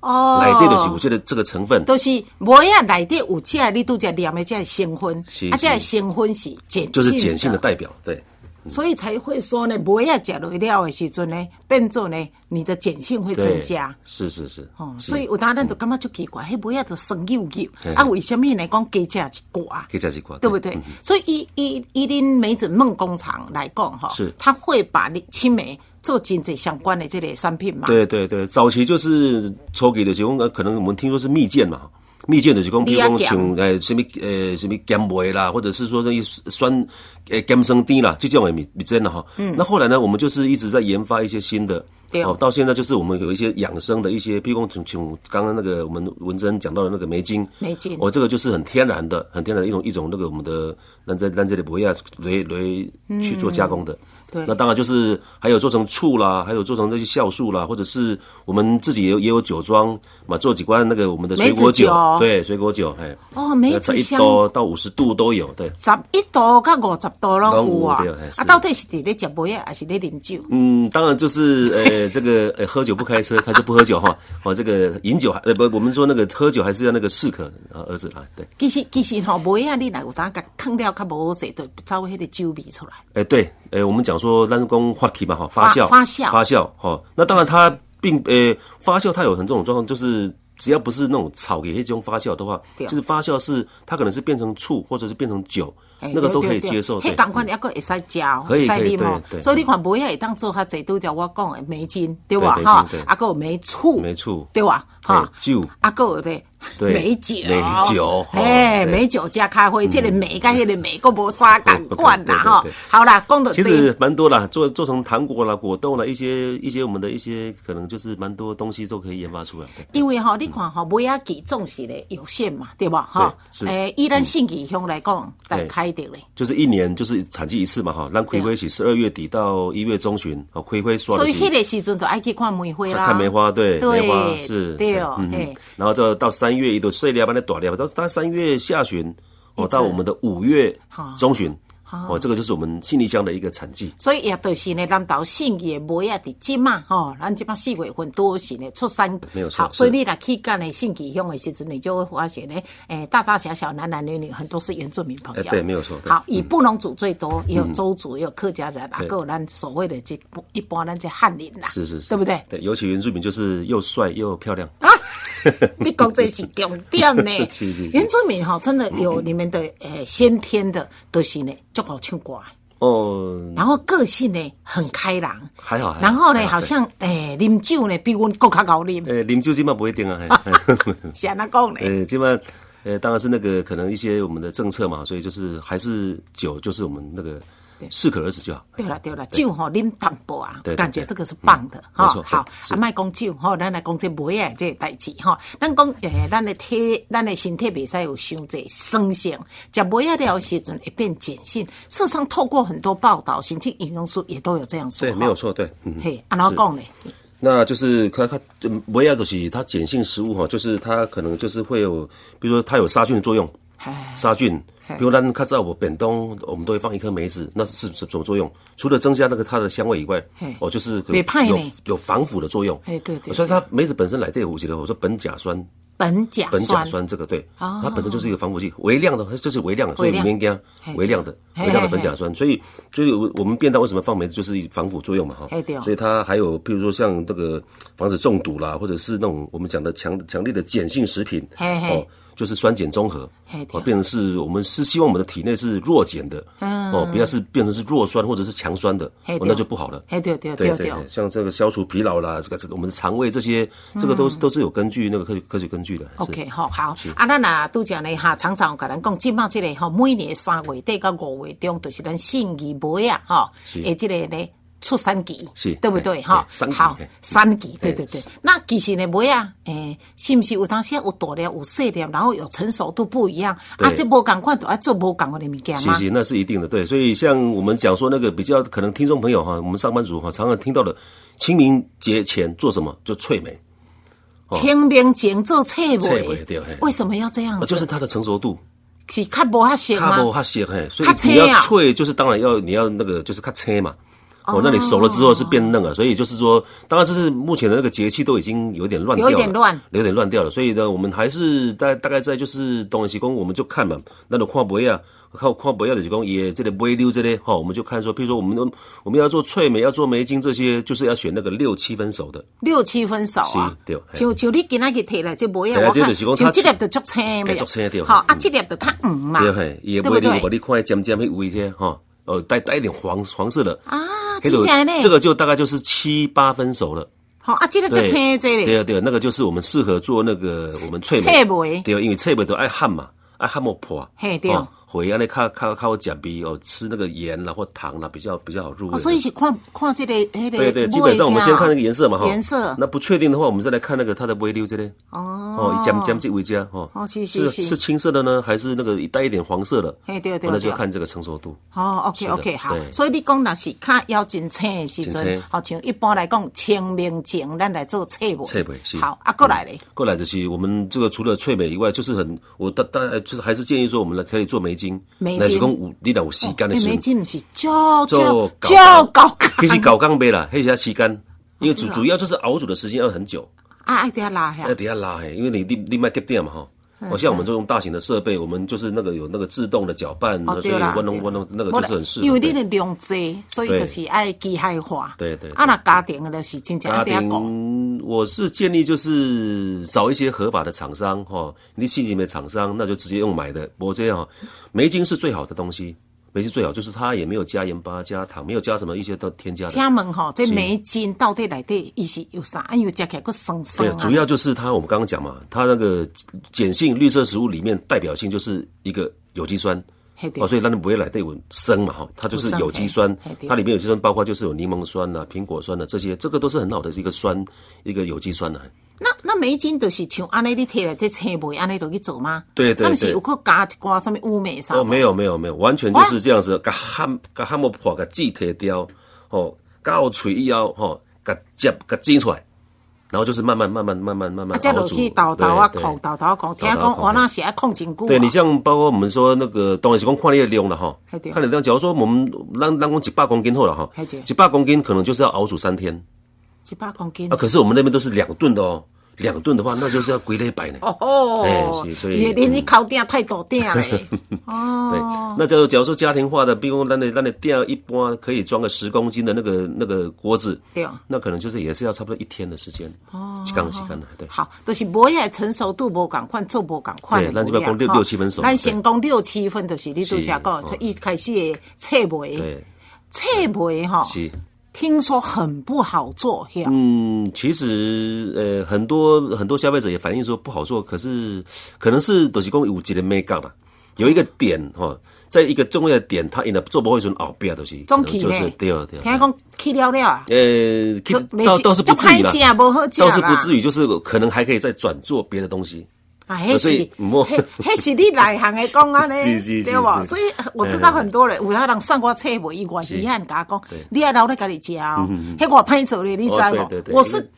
Speaker 2: 哦，
Speaker 3: 来对的是我觉得这个成分
Speaker 2: 都是梅啊内底有这个你拄则念的这个成分
Speaker 3: 是，
Speaker 2: 啊，
Speaker 3: 是
Speaker 2: 这个成分是碱性的，
Speaker 3: 就是碱性的代表，对。
Speaker 2: 所以才会说呢，梅啊食落了的时阵呢，变做呢你的碱性会增
Speaker 3: 对，
Speaker 2: 加。
Speaker 3: 是是是，
Speaker 2: 哦，
Speaker 3: 是
Speaker 2: 所以有当咱就感觉足奇怪，迄尾仔就酸溜溜
Speaker 3: 嘿，
Speaker 2: 啊，为什么呢？讲加食一寡，
Speaker 3: 可以加几块，
Speaker 2: 对不对？所以伊伊伊恁梅子梦工厂来讲吼，
Speaker 3: 是
Speaker 2: 他会把你青梅做真济相关的这类产品嘛。
Speaker 3: 对对对，早期就是抽给的时候，呃可能我们听说是蜜饯嘛，蜜饯就是讲，比如
Speaker 2: 蜜
Speaker 3: 讲
Speaker 2: 啊咸
Speaker 3: 像呃什么呃什么甘梅啦，或者是说这酸呃甘生丁啦，这种的蜜蜜饯了哈。那后来呢，我们就是一直在研发一些新的
Speaker 2: 嗯对
Speaker 3: 哦，到现在就是我们有一些养生的一些，譬如讲从刚刚那个我们文珍讲到的那个梅精，
Speaker 2: 梅精
Speaker 3: 哦，这个就是很天然的，很天然的一种一种那个我们的让这让这里不要来来去做加工的。
Speaker 2: 嗯对
Speaker 3: 那当然就是还有做成醋啦，还有做成那些酵素啦，或者是我们自己也有也有酒庄嘛，做几罐那个我们的水果
Speaker 2: 梅子酒
Speaker 3: 对，水果酒，哎，
Speaker 2: 哦梅子
Speaker 3: 一
Speaker 2: 香
Speaker 3: 度到五十度都有，对。
Speaker 2: 十一度到五十度拢有啊
Speaker 3: 拢有对嘿！是
Speaker 2: 啊，到底是伫咧食梅啊，还是咧啉酒？
Speaker 3: 嗯，当然就是呃，这个呃，喝酒不开车，开车不喝酒哈。哦，这个饮酒还呃不，我们说那个喝酒还是要那个适可啊，儿子啊，对，
Speaker 2: 其实其实吼，梅啊，你若有当甲放了较无好势，就走迄个酒味出来。
Speaker 3: 哎对，哎我们讲说咱公发起嘛哈，发
Speaker 2: 发
Speaker 3: 酵
Speaker 2: 发酵
Speaker 3: 发酵哈、哦。那当然它并呃发酵它有很多种状况，就是只要不是那种草给那种发酵的话，
Speaker 2: 对
Speaker 3: 就是发酵是它可能是变成醋或者是变成酒，
Speaker 2: 哎
Speaker 3: 那个都可
Speaker 2: 对
Speaker 3: 以
Speaker 2: 对对
Speaker 3: 接受。对
Speaker 2: 迄同款抑佫会使食哦，
Speaker 3: 可
Speaker 2: 会
Speaker 3: 以
Speaker 2: 使
Speaker 3: 可以
Speaker 2: 啉哦
Speaker 3: 对。对
Speaker 2: 所以你看梅啊会当做较济，拄着我讲的梅精对吧？
Speaker 3: 对梅精
Speaker 2: 哈
Speaker 3: 对，
Speaker 2: 啊佫有梅醋，
Speaker 3: 梅醋
Speaker 2: 对吧？哈
Speaker 3: 哎，酒
Speaker 2: 啊佫有咧。
Speaker 3: 对
Speaker 2: 美酒，
Speaker 3: 美酒
Speaker 2: 哎，
Speaker 3: 哦对
Speaker 2: 美酒加咖啡，这个美跟迄个美佫无啥共款啦，
Speaker 3: 嗯对对对
Speaker 2: 哈
Speaker 3: 对对。
Speaker 2: 好啦，讲到
Speaker 3: 其
Speaker 2: 这，
Speaker 3: 实蛮多啦，做做成糖果啦、果冻啦，一些一些我们的一些可能就是蛮多东西都可以研发出来。对
Speaker 2: 因为吼、你看吼、梅仔期总是咧有限嘛，对吧？哈
Speaker 3: 对，是嗯
Speaker 2: 诶，以咱性取向来讲，大
Speaker 3: 对
Speaker 2: 开着咧，
Speaker 3: 就是一年就是产季一次嘛哈，让葵
Speaker 2: 对
Speaker 3: 花起十二月底到一月中旬，哦，葵花刷
Speaker 2: 所
Speaker 3: 的
Speaker 2: 以迄
Speaker 3: 是
Speaker 2: 个时阵就爱去看梅花啦，
Speaker 3: 看梅花，对，
Speaker 2: 对
Speaker 3: 梅花是，
Speaker 2: 对
Speaker 3: 是
Speaker 2: 哦
Speaker 3: 嗯
Speaker 2: 嘿
Speaker 3: 嗯，然后到到三月一度碎裂般的短裂，到到三月下旬，
Speaker 2: 一
Speaker 3: 哦，
Speaker 2: 直
Speaker 3: 到我们的五月
Speaker 2: 好
Speaker 3: 中旬，哦，这个就是我们信义乡的一个产季。
Speaker 2: 所以也就是呢，南投信义的梅啊，伫即嘛吼，咱即嘛四月份多是呢出产，
Speaker 3: 没有错
Speaker 2: 好，
Speaker 3: 是
Speaker 2: 所以你若去干呢信义乡的时阵，你就会发现呢，诶、大大小小男男女女很多是原住民朋友，
Speaker 3: 哎对没有错对嗯
Speaker 2: 好，以布农族最多，也有周族，也有客家人，啊、还有咱所谓的这一般咱这汉人啦，
Speaker 3: 是是是，
Speaker 2: 对不 对？
Speaker 3: 对，尤其原住民就是又帅又漂亮，。
Speaker 2: 啊，你讲这是重点呢
Speaker 3: 是是是
Speaker 2: 原住民哈、真的有你们的诶、先天的，都、是呢，足好唱歌的。
Speaker 3: 哦，
Speaker 2: 然后个性呢很开朗，
Speaker 3: 嗯还好还好哎
Speaker 2: 然后呢，
Speaker 3: 还好
Speaker 2: 好像诶，啉、酒呢比阮更较高啉，
Speaker 3: 呃，啉酒今嘛不会定啊， 嘿
Speaker 2: 是安那讲呢？
Speaker 3: 呃，基本上，呃，当然是那个可能一些我们的政策嘛，所以就是还是酒，就是我们那个适可而止就好。
Speaker 2: 对了对了，酒吼啉淡薄啊
Speaker 3: 对，对
Speaker 2: 感觉
Speaker 3: 对
Speaker 2: 这个是棒的
Speaker 3: 嗯没
Speaker 2: 哈
Speaker 3: 错。
Speaker 2: 好
Speaker 3: 对，是
Speaker 2: 啊，卖讲酒吼，咱来讲这梅啊这代志吼。咱讲诶，咱的体，咱的身体袂使有伤济酸性，食梅啊了的时阵会变碱性。事实上，透过很多报道，甚至营养师也都有这样说。
Speaker 3: 对，
Speaker 2: 哈
Speaker 3: 没有。错，对，嗯，
Speaker 2: 嘿，安怎讲呢？
Speaker 3: 那就是它它不要就是它碱性食物哈，就是它可能就是会有，比如说它有杀菌的作用，
Speaker 2: 哎
Speaker 3: 杀菌
Speaker 2: 嘿，
Speaker 3: 比如咱看在我本东，我们都会放一颗梅子，那是是什么作用？除了增加那个它的香味以外
Speaker 2: 嘿，
Speaker 3: 哦，就是有
Speaker 2: 袂歹
Speaker 3: 有
Speaker 2: 呢
Speaker 3: 有防腐的作用。哦
Speaker 2: 嘿对对
Speaker 3: 所以它梅子本身来对有几个，我说苯甲酸
Speaker 2: 苯甲
Speaker 3: 苯甲
Speaker 2: 酸。哦
Speaker 3: 酸这个对，它本身就是一个防腐剂，微量的，它就是微量的，所
Speaker 2: 微
Speaker 3: 以里
Speaker 2: 量
Speaker 3: 面加
Speaker 2: 嘿
Speaker 3: 微量的，
Speaker 2: 嘿
Speaker 3: 微量的
Speaker 2: 嘿
Speaker 3: 苯甲酸，所以所以我我们便当为什么放梅子，就是防腐作用嘛哈
Speaker 2: 嘿对哦，
Speaker 3: 所以它还有譬如说像这个防止中毒啦，或者是那种我们讲的强强烈的碱性食品，
Speaker 2: 嘿嘿
Speaker 3: 哦，就是酸碱中和
Speaker 2: 嘿，对哦，
Speaker 3: 哦变成是我们是希望我们的体内是弱碱的，哦，不要是变成是弱酸或者是强酸的，
Speaker 2: 嗯嘿
Speaker 3: 哦，
Speaker 2: 对哦
Speaker 3: 那就不好了。
Speaker 2: 哎，对对
Speaker 3: 对
Speaker 2: 对对，
Speaker 3: 像这个消除疲劳啦，这个这个我们的肠胃这些，这个都是都是有根据那个科学科学根据的。是
Speaker 2: 嗯 OK，吼好，啊，咱啊拄则呢哈，常常有甲咱讲，即摆即个吼，每年三月底到五月中，就是咱信义梅啊，吼，
Speaker 3: 是
Speaker 2: 诶，即个呢出产期，
Speaker 3: 是
Speaker 2: 对不对？
Speaker 3: 嘿
Speaker 2: 吼
Speaker 3: 嘿，三期
Speaker 2: 好
Speaker 3: 嘿，
Speaker 2: 三期，对对对
Speaker 3: 是。
Speaker 2: 那其实呢梅啊，诶，是毋是有当时啊有大粒有细粒，然后有成熟度不一样，啊，
Speaker 3: 对
Speaker 2: 这无共款，就爱做无共款的物件
Speaker 3: 是
Speaker 2: 嘛。
Speaker 3: 是，那是一定的，对。所以像我们讲说那个比较可能听众朋友哈，我们上班族哈，常常听到的清明节前做什么就脆梅，哦
Speaker 2: 清明前做脆
Speaker 3: 脆
Speaker 2: 梅
Speaker 3: 梅对嘿，
Speaker 2: 为什么要这样
Speaker 3: 啊，
Speaker 2: 子？
Speaker 3: 就是它的成熟度，
Speaker 2: 是较无遐熟
Speaker 3: 它不
Speaker 2: 吗？
Speaker 3: 它鲜嘿，所
Speaker 2: 较
Speaker 3: 以
Speaker 2: 青
Speaker 3: 你要
Speaker 2: 啊
Speaker 3: 脆就是当然要你要那个就是它切嘛。哦，那你熟了之后是变嫩了，所以就是说，当然这是目前的那个节气都已经有点乱掉了，
Speaker 2: 有点乱，
Speaker 3: 有点乱掉了。所以呢，我们还是大大概在就是东西宫，我们就看嘛，那种看不亚，看看不亚的就讲也这里微溜这里哈，我们就看说，譬如说我们我们要做脆梅，要做梅精这些，就是要选那个六七分熟的，
Speaker 2: 六七分熟啊
Speaker 3: 是对，
Speaker 2: 像像你今仔日摕来这梅啊，
Speaker 3: 嘿啊
Speaker 2: 我
Speaker 3: 这
Speaker 2: 看
Speaker 3: 就是讲
Speaker 2: 像
Speaker 3: 它
Speaker 2: 这粒就足青的
Speaker 3: 哎足青的对
Speaker 2: 好啊，
Speaker 3: 嗯
Speaker 2: 这粒就较黄嘛，
Speaker 3: 对嘿，也
Speaker 2: 啊对
Speaker 3: 不
Speaker 2: 不
Speaker 3: 会溜，把
Speaker 2: 对？
Speaker 3: 你看尖尖那微些哈，哦带带一点黄黄色的
Speaker 2: 啊，
Speaker 3: 那
Speaker 2: 真
Speaker 3: 种
Speaker 2: 正嘞，
Speaker 3: 这个就大概就是七八分熟了。
Speaker 2: 好啊，这粒足
Speaker 3: 对
Speaker 2: 青的这
Speaker 3: 对
Speaker 2: 个
Speaker 3: 啊对啊，那个就是我们适合做那个我们脆梅。
Speaker 2: 脆梅
Speaker 3: 对啊，因为脆梅都爱焊嘛，爱焊木破。
Speaker 2: 嘿对哦
Speaker 3: 哦回安尼靠靠靠假鼻哦，吃那个盐啦或糖啦比较比较好入味。
Speaker 2: 哦，所以是看看这个迄个
Speaker 3: 对对，基本上我们先看那个颜色嘛哈，
Speaker 2: 颜色
Speaker 3: 那不确定的话，我们再来看那个它的微溜这类。
Speaker 2: 哦
Speaker 3: 哦，以姜姜这为佳哦。
Speaker 2: 哦是是是
Speaker 3: 是青色的呢，还是那个带一点黄色的？
Speaker 2: 嘿对对
Speaker 3: 哦那就
Speaker 2: 对啊
Speaker 3: 看这个成熟度。
Speaker 2: 哦，OK
Speaker 3: 是的
Speaker 2: OK，好，
Speaker 3: 对
Speaker 2: 所以你讲若是较腰真青的时
Speaker 3: 真
Speaker 2: 阵
Speaker 3: 青，
Speaker 2: 好像一般来讲清明前咱来做册尾，
Speaker 3: 脆梅是
Speaker 2: 好啊，过来嘞，
Speaker 3: 过来就是我们这个除了脆梅以外，就是很我大大概就是还是建议说我们来可以做梅精，
Speaker 2: 梅
Speaker 3: 乃是
Speaker 2: 精
Speaker 3: 讲有你若有时间的
Speaker 2: 哦
Speaker 3: 时
Speaker 2: 梅
Speaker 3: 候，
Speaker 2: 子毋是照
Speaker 3: 做
Speaker 2: 照照高干，
Speaker 3: 其实搞缸杯啦，还是要时间，因为主
Speaker 2: 是啊
Speaker 3: 主要就是熬煮的时间要很久，
Speaker 2: 啊，爱嗲拉遐
Speaker 3: 要，底下拉嘿，因为你你你卖 get 电嘛哈。
Speaker 2: 嗯
Speaker 3: 哦，像我们这种大型的设备，我们就是那个有那个自动的搅拌，
Speaker 2: 哦
Speaker 3: 所以
Speaker 2: 对啦，
Speaker 3: 关东
Speaker 2: 对啦
Speaker 3: 关东那个
Speaker 2: 无
Speaker 3: 就
Speaker 2: 啦
Speaker 3: 是很适合。
Speaker 2: 因为你
Speaker 3: 对
Speaker 2: 的量济，所以
Speaker 3: 对
Speaker 2: 就是爱机械化，
Speaker 3: 对对对
Speaker 2: 啊，若家庭的就是真正
Speaker 3: 家
Speaker 2: 爱嗲搞。
Speaker 3: 庭，我是建议就是找一些合法的厂商哈、哦，你信任的厂商，那就直接用买的。我这样、哦，梅精是最好的东西，梅精最好就是它也没有加盐巴、加糖，没有加什么一些都添加的。
Speaker 2: 请问吼，这梅精到底内底伊是有啥？哎呦，食起来佫酸酸
Speaker 3: 对
Speaker 2: 啊，！
Speaker 3: 主要就是它，我们刚刚讲嘛，它那个碱性绿色食物里面代表性就是一个有机酸
Speaker 2: 嘿。对
Speaker 3: 哦，所以它就不会来对我们生嘛哈，它就是有机酸
Speaker 2: 嘿嘿，对
Speaker 3: 它里面有机酸包括就是有柠檬酸呐、苹果酸呐、啊这些，这个都是很好的一个酸，一个有机酸啊呐、
Speaker 2: 那那梅精就是像安尼，你摕来这青梅安尼落去做吗？
Speaker 3: 对对
Speaker 2: 敢是
Speaker 3: 对
Speaker 2: 有去加一寡什么乌梅啥？
Speaker 3: 哦，没有没有没有，完全就是这样子，甲汉甲汉姆破甲籽摕掉，哦吼、到嘴以后哦吼，甲接甲煎出来，然后就是慢慢慢慢慢慢慢慢
Speaker 2: 啊，再
Speaker 3: 熬
Speaker 2: 落
Speaker 3: 哦煮
Speaker 2: 去豆豆啊，
Speaker 3: 对对
Speaker 2: 控豆豆啊控，听
Speaker 3: 豆豆
Speaker 2: 讲
Speaker 3: 控
Speaker 2: 我那是爱控真久啊。
Speaker 3: 对你像包括我们说那个，当然是讲看你的量了哈
Speaker 2: 嘿对，
Speaker 3: 看你的量。假如说我们让让讲一百公斤后了哈
Speaker 2: 嘿对，
Speaker 3: 一百公斤可能就是要熬煮三天
Speaker 2: 一百公斤
Speaker 3: 啊。。可是我们那边都是两吨的哦，两吨的话那就是要归类百呢。
Speaker 2: 哦吼
Speaker 3: 哎，是所以
Speaker 2: 你你你烤鼎太大鼎 嘞。
Speaker 3: 对
Speaker 2: 哦，，
Speaker 3: 那假如假如说家庭化的，比如说咱的咱的店一般可以装个十公斤的那个那个锅子，
Speaker 2: 对
Speaker 3: 那可能就是也是要差不多一天的时间，哦，几缸几缸的，对，
Speaker 2: 好，就是梅的成熟度无共款，做无共款的
Speaker 3: 对咱这边
Speaker 2: 梅啊
Speaker 3: 讲六
Speaker 2: 吼
Speaker 3: 六七分熟
Speaker 2: 咱先讲六七分，就是你拄则
Speaker 3: 哦
Speaker 2: 讲，就一开始的切梅
Speaker 3: 对，
Speaker 2: 切梅吼，
Speaker 3: 是。
Speaker 2: 听说很不好做，是吧
Speaker 3: 嗯，其实呃，很多很多消费者也反映说不好做，可是可能是都是讲有一个 make up 啦，有一个点哈、哦，在一个重要的点，他因为做不会时候后边都是
Speaker 2: 总去
Speaker 3: 可能就是
Speaker 2: 呢，
Speaker 3: 对哦对哦。
Speaker 2: 听讲去了了啊，
Speaker 3: 呃，
Speaker 2: 就没
Speaker 3: 倒
Speaker 2: 吃
Speaker 3: 倒是
Speaker 2: 就
Speaker 3: 不至于
Speaker 2: 歹吃不好
Speaker 3: 啦，
Speaker 2: 吃
Speaker 3: 倒是
Speaker 2: 啦
Speaker 3: 不至于，就是可能还可以再转做别的东西。
Speaker 2: 啊，迄是
Speaker 3: 所以莫
Speaker 2: 迄迄是你内行的讲安尼
Speaker 3: 是是，是
Speaker 2: 对无？
Speaker 3: 是哎
Speaker 2: 所以呃我知道很多人有遐人送我册无，伊愿意
Speaker 3: 是嗯
Speaker 2: 喊甲我讲，你爱留咧家己食哦，迄我歹做咧，你知
Speaker 3: 哦对对
Speaker 2: 无？
Speaker 3: 对
Speaker 2: 我
Speaker 3: 因
Speaker 2: 是
Speaker 3: 为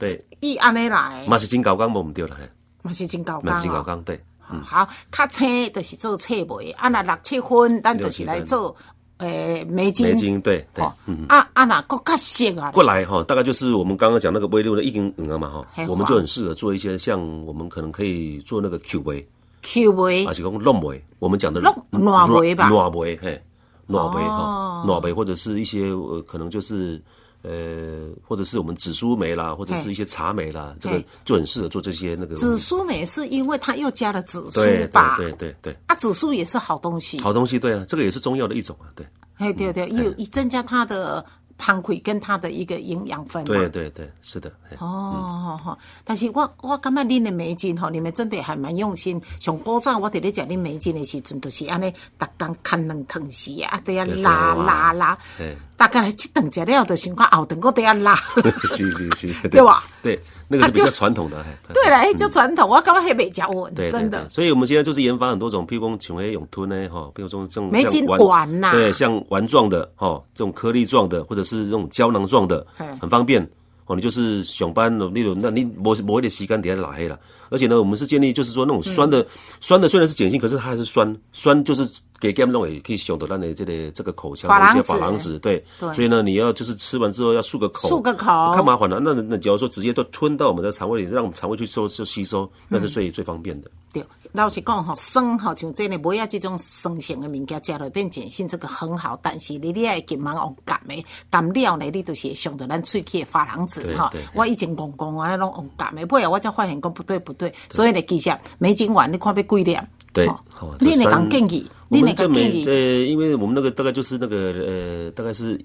Speaker 3: 对，
Speaker 2: 伊安尼来的，
Speaker 3: 嘛是金高刚无唔对啦，嘿
Speaker 2: 嘛是真够
Speaker 3: 嘛
Speaker 2: 讲
Speaker 3: 是金高
Speaker 2: 哦。
Speaker 3: 刚对。
Speaker 2: 好，较青就是做册梅，啊若六七分，咱就
Speaker 3: 六
Speaker 2: 是
Speaker 3: 七
Speaker 2: 来
Speaker 3: 分
Speaker 2: 做诶梅精。
Speaker 3: 梅精对对
Speaker 2: 哦，啊啊若搁较熟啊，
Speaker 3: 过来哈、大概就是我们刚刚讲那个微六的一斤五啊嘛哈、
Speaker 2: 嘿
Speaker 3: 我们就很适合做一些像我们可能可以做那个 Q 梅，
Speaker 2: 秋梅
Speaker 3: 还是讲弄梅，我们讲的
Speaker 2: 弄软梅吧哦
Speaker 3: 软梅嘿，软梅哈，软梅或者是一些呃可能就是呃或者是我们紫苏梅啦，或者是一些茶梅啦，这个
Speaker 2: 嘿
Speaker 3: 就很适合做这些那个
Speaker 2: 紫苏梅是因为它又加了紫苏
Speaker 3: 对
Speaker 2: 吧？
Speaker 3: 对对对对，
Speaker 2: 啊，紫苏也是好东西。
Speaker 3: 好东西对啊，这个也是中药的一种啊，对
Speaker 2: 哎，对对，又一增加它的盘亏跟它的一个营养分嘛。
Speaker 3: 对对对，是的。哎 嘿
Speaker 2: 哦，哦，但是我我感觉恁的美金吼，你们真的还蛮用心。上古早我伫咧食恁美金的时阵，就是安尼，逐工牵两汤匙啊，对啊
Speaker 3: 对
Speaker 2: 拉
Speaker 3: 哇
Speaker 2: 拉拉
Speaker 3: 嘿，
Speaker 2: 大概一顿食了，就想看后顿我对啊拉。
Speaker 3: 是是是，
Speaker 2: 对吧
Speaker 3: 对，那个
Speaker 2: 啊
Speaker 3: 是比
Speaker 2: 就
Speaker 3: 较传统的。嘿
Speaker 2: 对了，迄种传统，我感觉迄袂食
Speaker 3: 对
Speaker 2: 稳，
Speaker 3: 对
Speaker 2: 真
Speaker 3: 对
Speaker 2: 的，。
Speaker 3: 所以我们现在就是研发很多种，譬如讲琼 A 永吞呢，哈，譬如说这种
Speaker 2: 梅精
Speaker 3: 像
Speaker 2: 丸呐
Speaker 3: 对，像丸状的，哈，这种颗粒状的，或者是这种胶囊状的
Speaker 2: 嘿，
Speaker 3: 很方便。哦，你就是上班，那种，那你磨磨一点时间底下拉黑了。而且呢，我们是建议就是说那种
Speaker 2: 嗯
Speaker 3: 酸的，酸的虽然是碱性，可是它还是酸，酸就是给 game 弄也可以想到让你这个这个口腔
Speaker 2: 珐琅
Speaker 3: 一些
Speaker 2: 质
Speaker 3: 珐琅质，对，
Speaker 2: 对
Speaker 3: 所以呢，你要就是吃完之后要漱个口，
Speaker 2: 漱个口
Speaker 3: 太麻烦了。那那假如说直接都吞到我们的肠胃里，让我们肠胃去收就吸收，那是最最方便的。
Speaker 2: 对，老实讲吼，酸吼像这个梅啊，这种酸性的物件，食落变碱性，这个很好。但是你你爱急忙用夹的，夹了呢，你就是会伤到咱喙齿的珐琅质
Speaker 3: 对
Speaker 2: 吼
Speaker 3: 对对。
Speaker 2: 我以前戆戆安尼拢用夹的，尾后我才发现讲不对不对，所以呢，其实梅精丸你看要几粒？
Speaker 3: 对
Speaker 2: 吼，
Speaker 3: 好
Speaker 2: 你
Speaker 3: 这
Speaker 2: 会
Speaker 3: 三
Speaker 2: 讲建议，
Speaker 3: 我
Speaker 2: 你
Speaker 3: 们
Speaker 2: 会
Speaker 3: 这
Speaker 2: 讲建
Speaker 3: 每
Speaker 2: 议，
Speaker 3: 呃，因为我们那个大概就是那个呃，大概是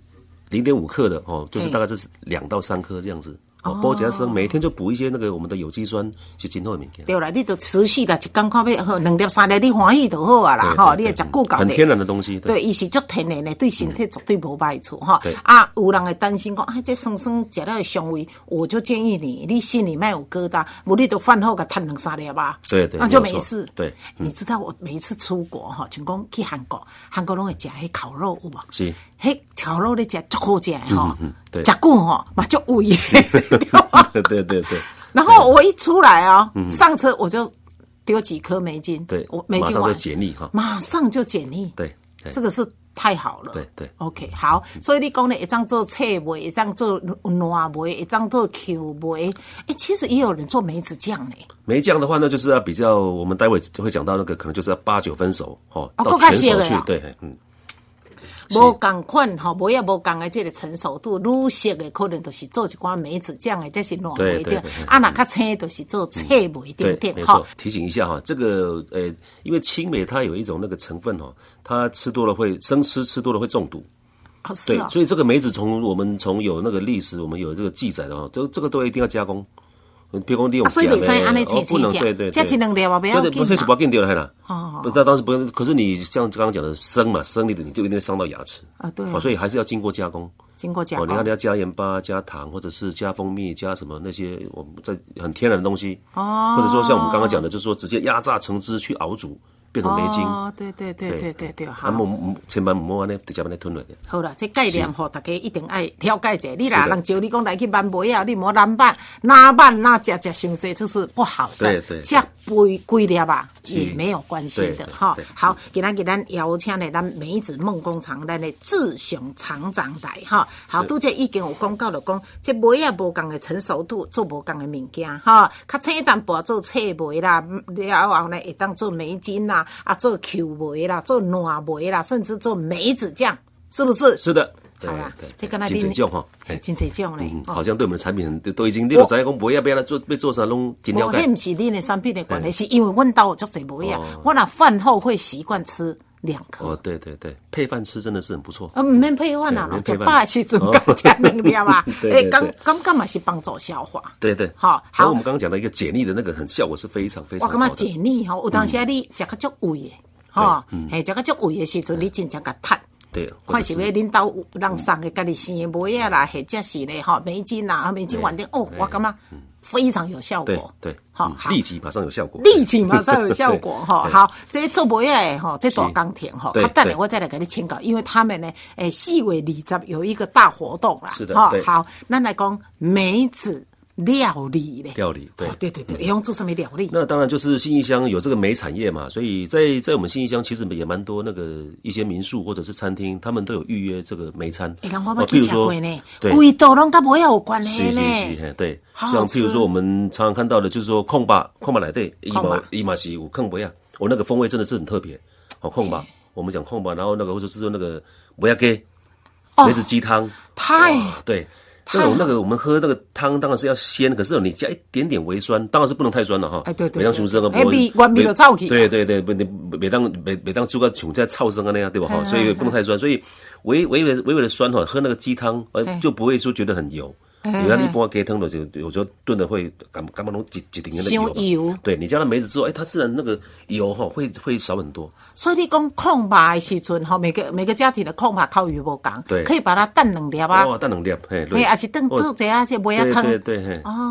Speaker 3: 零点五克的哦，就是
Speaker 2: 嘿
Speaker 3: 大概这是两到三颗这样子哦，剥荚生每天就补一些那个我们的有机酸，是真好的物件。
Speaker 2: 对啦，你就持续啦，一工看要好两粒三粒，你欢喜就好啊啦，吼，你也食够够
Speaker 3: 很天然的东西。
Speaker 2: 对，伊是足天然的，对身体绝对无歹处吼
Speaker 3: 对。
Speaker 2: 啊，有人会担心讲，啊，这酸酸食了会伤胃，我就建议你，你心里莫有疙瘩，无你就饭后给吞两三粒吧，
Speaker 3: 对对
Speaker 2: 那就
Speaker 3: 没有
Speaker 2: 没
Speaker 3: 错
Speaker 2: 事。欸
Speaker 3: 对嗯
Speaker 2: 你知道我每一次出国吼，像讲去韩国，韩国拢会食迄烤肉有无？
Speaker 3: 是。
Speaker 2: 迄烤肉咧食足好食的吼
Speaker 3: 嗯嗯嗯，对
Speaker 2: 食久吼嘛足胃。
Speaker 3: 对对对对，
Speaker 2: 然后我一出来啊、上车我就丢几颗梅精，
Speaker 3: 嗯对
Speaker 2: 我梅
Speaker 3: 马
Speaker 2: 精
Speaker 3: 上
Speaker 2: 丸
Speaker 3: 就解腻哈
Speaker 2: 马上就解腻，
Speaker 3: 对对
Speaker 2: 这个是太好了，
Speaker 3: 对对嗯
Speaker 2: ，OK，好，所以你讲呢，一张做册梅，一张做暖梅，一张做 Q 梅，哎，其实也有人做梅子酱呢，
Speaker 3: 梅酱的话呢，就是要比较，我们待会会讲到那个，可能就是要八九分熟哦，
Speaker 2: 哦
Speaker 3: 到
Speaker 2: 够较
Speaker 3: 全熟
Speaker 2: 熟的
Speaker 3: 去
Speaker 2: 啦。
Speaker 3: 对，嘿嗯，
Speaker 2: 无共款吼，梅也无共的这个成熟度，愈熟的可能就是做一寡梅子酱的，这是暖梅
Speaker 3: 对对
Speaker 2: 的
Speaker 3: 对，嗯
Speaker 2: 啊，若较青的就是做册梅
Speaker 3: 对
Speaker 2: 等，等
Speaker 3: 没
Speaker 2: 吼
Speaker 3: 错。。提醒一下哈，这个呃，因为青梅它有一种那个成分哦，它吃多了会生吃，吃多了会中毒。
Speaker 2: 哦是
Speaker 3: 对，
Speaker 2: 哦，
Speaker 3: 所以这个梅子从我们从有那个历史，我们有这个记载的哦，这这个都一定要加工。嗯譬如讲利用
Speaker 2: 啊所以
Speaker 3: 碱
Speaker 2: 不可以
Speaker 3: 嘞
Speaker 2: 安尼
Speaker 3: 哦
Speaker 2: 切
Speaker 3: 不能
Speaker 2: 切
Speaker 3: 对
Speaker 2: 吃
Speaker 3: 对，
Speaker 2: 吃
Speaker 3: 对
Speaker 2: 一两粒啊嘛不要
Speaker 3: 这个
Speaker 2: 紧
Speaker 3: 这是
Speaker 2: 嘛
Speaker 3: 不要紧掉了，嘿啦。
Speaker 2: 哦
Speaker 3: 不，那当时不用，可是你像刚刚讲的生嘛，生你的你就一定会伤到牙齿
Speaker 2: 啊对啊
Speaker 3: 哦所以还是要经过加工。
Speaker 2: 经过加
Speaker 3: 哦，你看
Speaker 2: 工
Speaker 3: 你。要加盐巴、加糖，或者是加蜂蜜、加什么那些我们在很天然的东西，哦，或者说像我们刚刚讲的，就是说直接压榨橙汁去熬煮，变成梅精。
Speaker 2: 哦，对对对对对对，
Speaker 3: 啊，
Speaker 2: 好。
Speaker 3: 莫莫千万唔好安尼直接安尼吞落去。
Speaker 2: 好啦，这概念吼，大家一定爱了解者。你啦，
Speaker 3: 是的
Speaker 2: 人招你讲来去万梅啊，你莫难办，哪办哪食食伤济，这是不好的。
Speaker 3: 对对
Speaker 2: 吃杯几粒吧，
Speaker 3: 是
Speaker 2: 也没有关系
Speaker 3: 对
Speaker 2: 的
Speaker 3: 对
Speaker 2: 哈
Speaker 3: 对。
Speaker 2: 好，今天给咱邀请的咱梅子梦工厂咱的志雄厂长来哈。好，拄则已经有讲到了，讲这梅啊无共的成熟度，做无共的物件哈。较青淡薄做脆梅啦，了后呢会当做梅精啦，啊做 Q 梅啦，做软梅啦，甚至做梅子酱，是不是？
Speaker 3: 是的，对
Speaker 2: 好啦
Speaker 3: 对，
Speaker 2: 这跟咱
Speaker 3: 对真
Speaker 2: 恁
Speaker 3: 正种哈，嘿
Speaker 2: 真侪种嘞
Speaker 3: 嗯，，
Speaker 2: 哦
Speaker 3: 好像对我们的产品很都都已经六仔讲不要不要来做被做啥拢尽
Speaker 2: 无
Speaker 3: 了解
Speaker 2: 迄。毋哦是恁的产品的关系，是因为阮兜有足侪梅啊
Speaker 3: 哦，
Speaker 2: 我若饭后会习惯吃两
Speaker 3: 哦
Speaker 2: 颗，，
Speaker 3: 对对对，配饭吃真的是很不错。
Speaker 2: 啊，毋免配饭啊，食
Speaker 3: 对免配饭
Speaker 2: 饱的时阵
Speaker 3: 哦，
Speaker 2: 敢食两粒啊
Speaker 3: 对对
Speaker 2: 诶，
Speaker 3: 对
Speaker 2: 感感觉嘛是帮助消化。
Speaker 3: 对对，
Speaker 2: 好
Speaker 3: 然后
Speaker 2: 好
Speaker 3: 我们刚刚讲到一个解腻的那个很效果是非常非
Speaker 2: 我
Speaker 3: 常好
Speaker 2: 感觉
Speaker 3: 的。嗯
Speaker 2: 解腻吼，有当时啊你食较足胃的，吼，嘿，食较足胃的时阵，你真正甲趁。
Speaker 3: 对，
Speaker 2: 看是要恁兜有人送的家己生的梅啊啦，或者是咧吼梅精啦、梅精丸的哦，我感觉非常有效
Speaker 3: 对
Speaker 2: 果。
Speaker 3: 嗯对，
Speaker 2: 好
Speaker 3: 嗯，
Speaker 2: 好
Speaker 3: 立即马上有效果，
Speaker 2: 力 气嘛才有效果哈。
Speaker 3: 对
Speaker 2: 好，这做梅的吼，这大钢铁吼，
Speaker 3: 对
Speaker 2: 较等下
Speaker 3: 对
Speaker 2: 我再来给你请教，因为他们呢，诶，四月二十有一个大活动啦，
Speaker 3: 是的
Speaker 2: 哈
Speaker 3: 对
Speaker 2: 好，咱来讲梅子料理嘞，
Speaker 3: 料理对嗯
Speaker 2: 哦对对对，用做什么料理？
Speaker 3: 那当然就是信义乡有这个煤产业嘛，所以在在我们信义乡其实也蛮多那个一些民宿或者是餐厅，他们都有预约这个煤餐。
Speaker 2: 哎，人我
Speaker 3: 哦
Speaker 2: 捌
Speaker 3: 譬
Speaker 2: 去
Speaker 3: 如
Speaker 2: 吃过
Speaker 3: 说
Speaker 2: 呢，
Speaker 3: 对，
Speaker 2: 贵都拢甲梅有关系
Speaker 3: 是是
Speaker 2: 呢。
Speaker 3: 是，嘿对，
Speaker 2: 好好
Speaker 3: 像譬如
Speaker 2: 吃
Speaker 3: 说我们常常看到的，就是说控吧控吧奶对，伊
Speaker 2: 控
Speaker 3: 马
Speaker 2: 吧
Speaker 3: 伊马西五控
Speaker 2: 哎
Speaker 3: 不亚，我哦那个风味真的是很特别。哦，控吧，我们讲控吧，然后那个或者是说那个不要给
Speaker 2: 哦
Speaker 3: 梅子鸡汤，
Speaker 2: 太
Speaker 3: 哇对。
Speaker 2: 哎太
Speaker 3: 那种
Speaker 2: 好
Speaker 3: 那个我们喝那个汤当然是要鲜，可是你加一点点微酸，当然是不能太酸了哈。
Speaker 2: 哎对对
Speaker 3: 每当
Speaker 2: 对
Speaker 3: 熊生啊，
Speaker 2: 哎
Speaker 3: 不
Speaker 2: 味原味就走去
Speaker 3: 对对对，不你每当每每当猪肝熊在臭生啊那样对吧哈？所以不能太酸，所以微微微微微的酸哈，喝那个鸡汤呃
Speaker 2: 哎
Speaker 3: 就不会说觉得很油。你看一般鸡汤的就有时候炖的会干干嘛弄几几点的油
Speaker 2: 伤油
Speaker 3: 嘛，对你加了梅子之后，哎，它自然那个油哈会会少很多。
Speaker 2: 所以你讲空白的时阵吼，每个每个家庭的空白口语无同，
Speaker 3: 对
Speaker 2: 可以把它炖两粒啊，
Speaker 3: 哇，蛋能量，嘿，对
Speaker 2: 嘿，也是炖
Speaker 3: 哦
Speaker 2: 炖一下这梅哎啊仔汤。
Speaker 3: 对对对，嘿，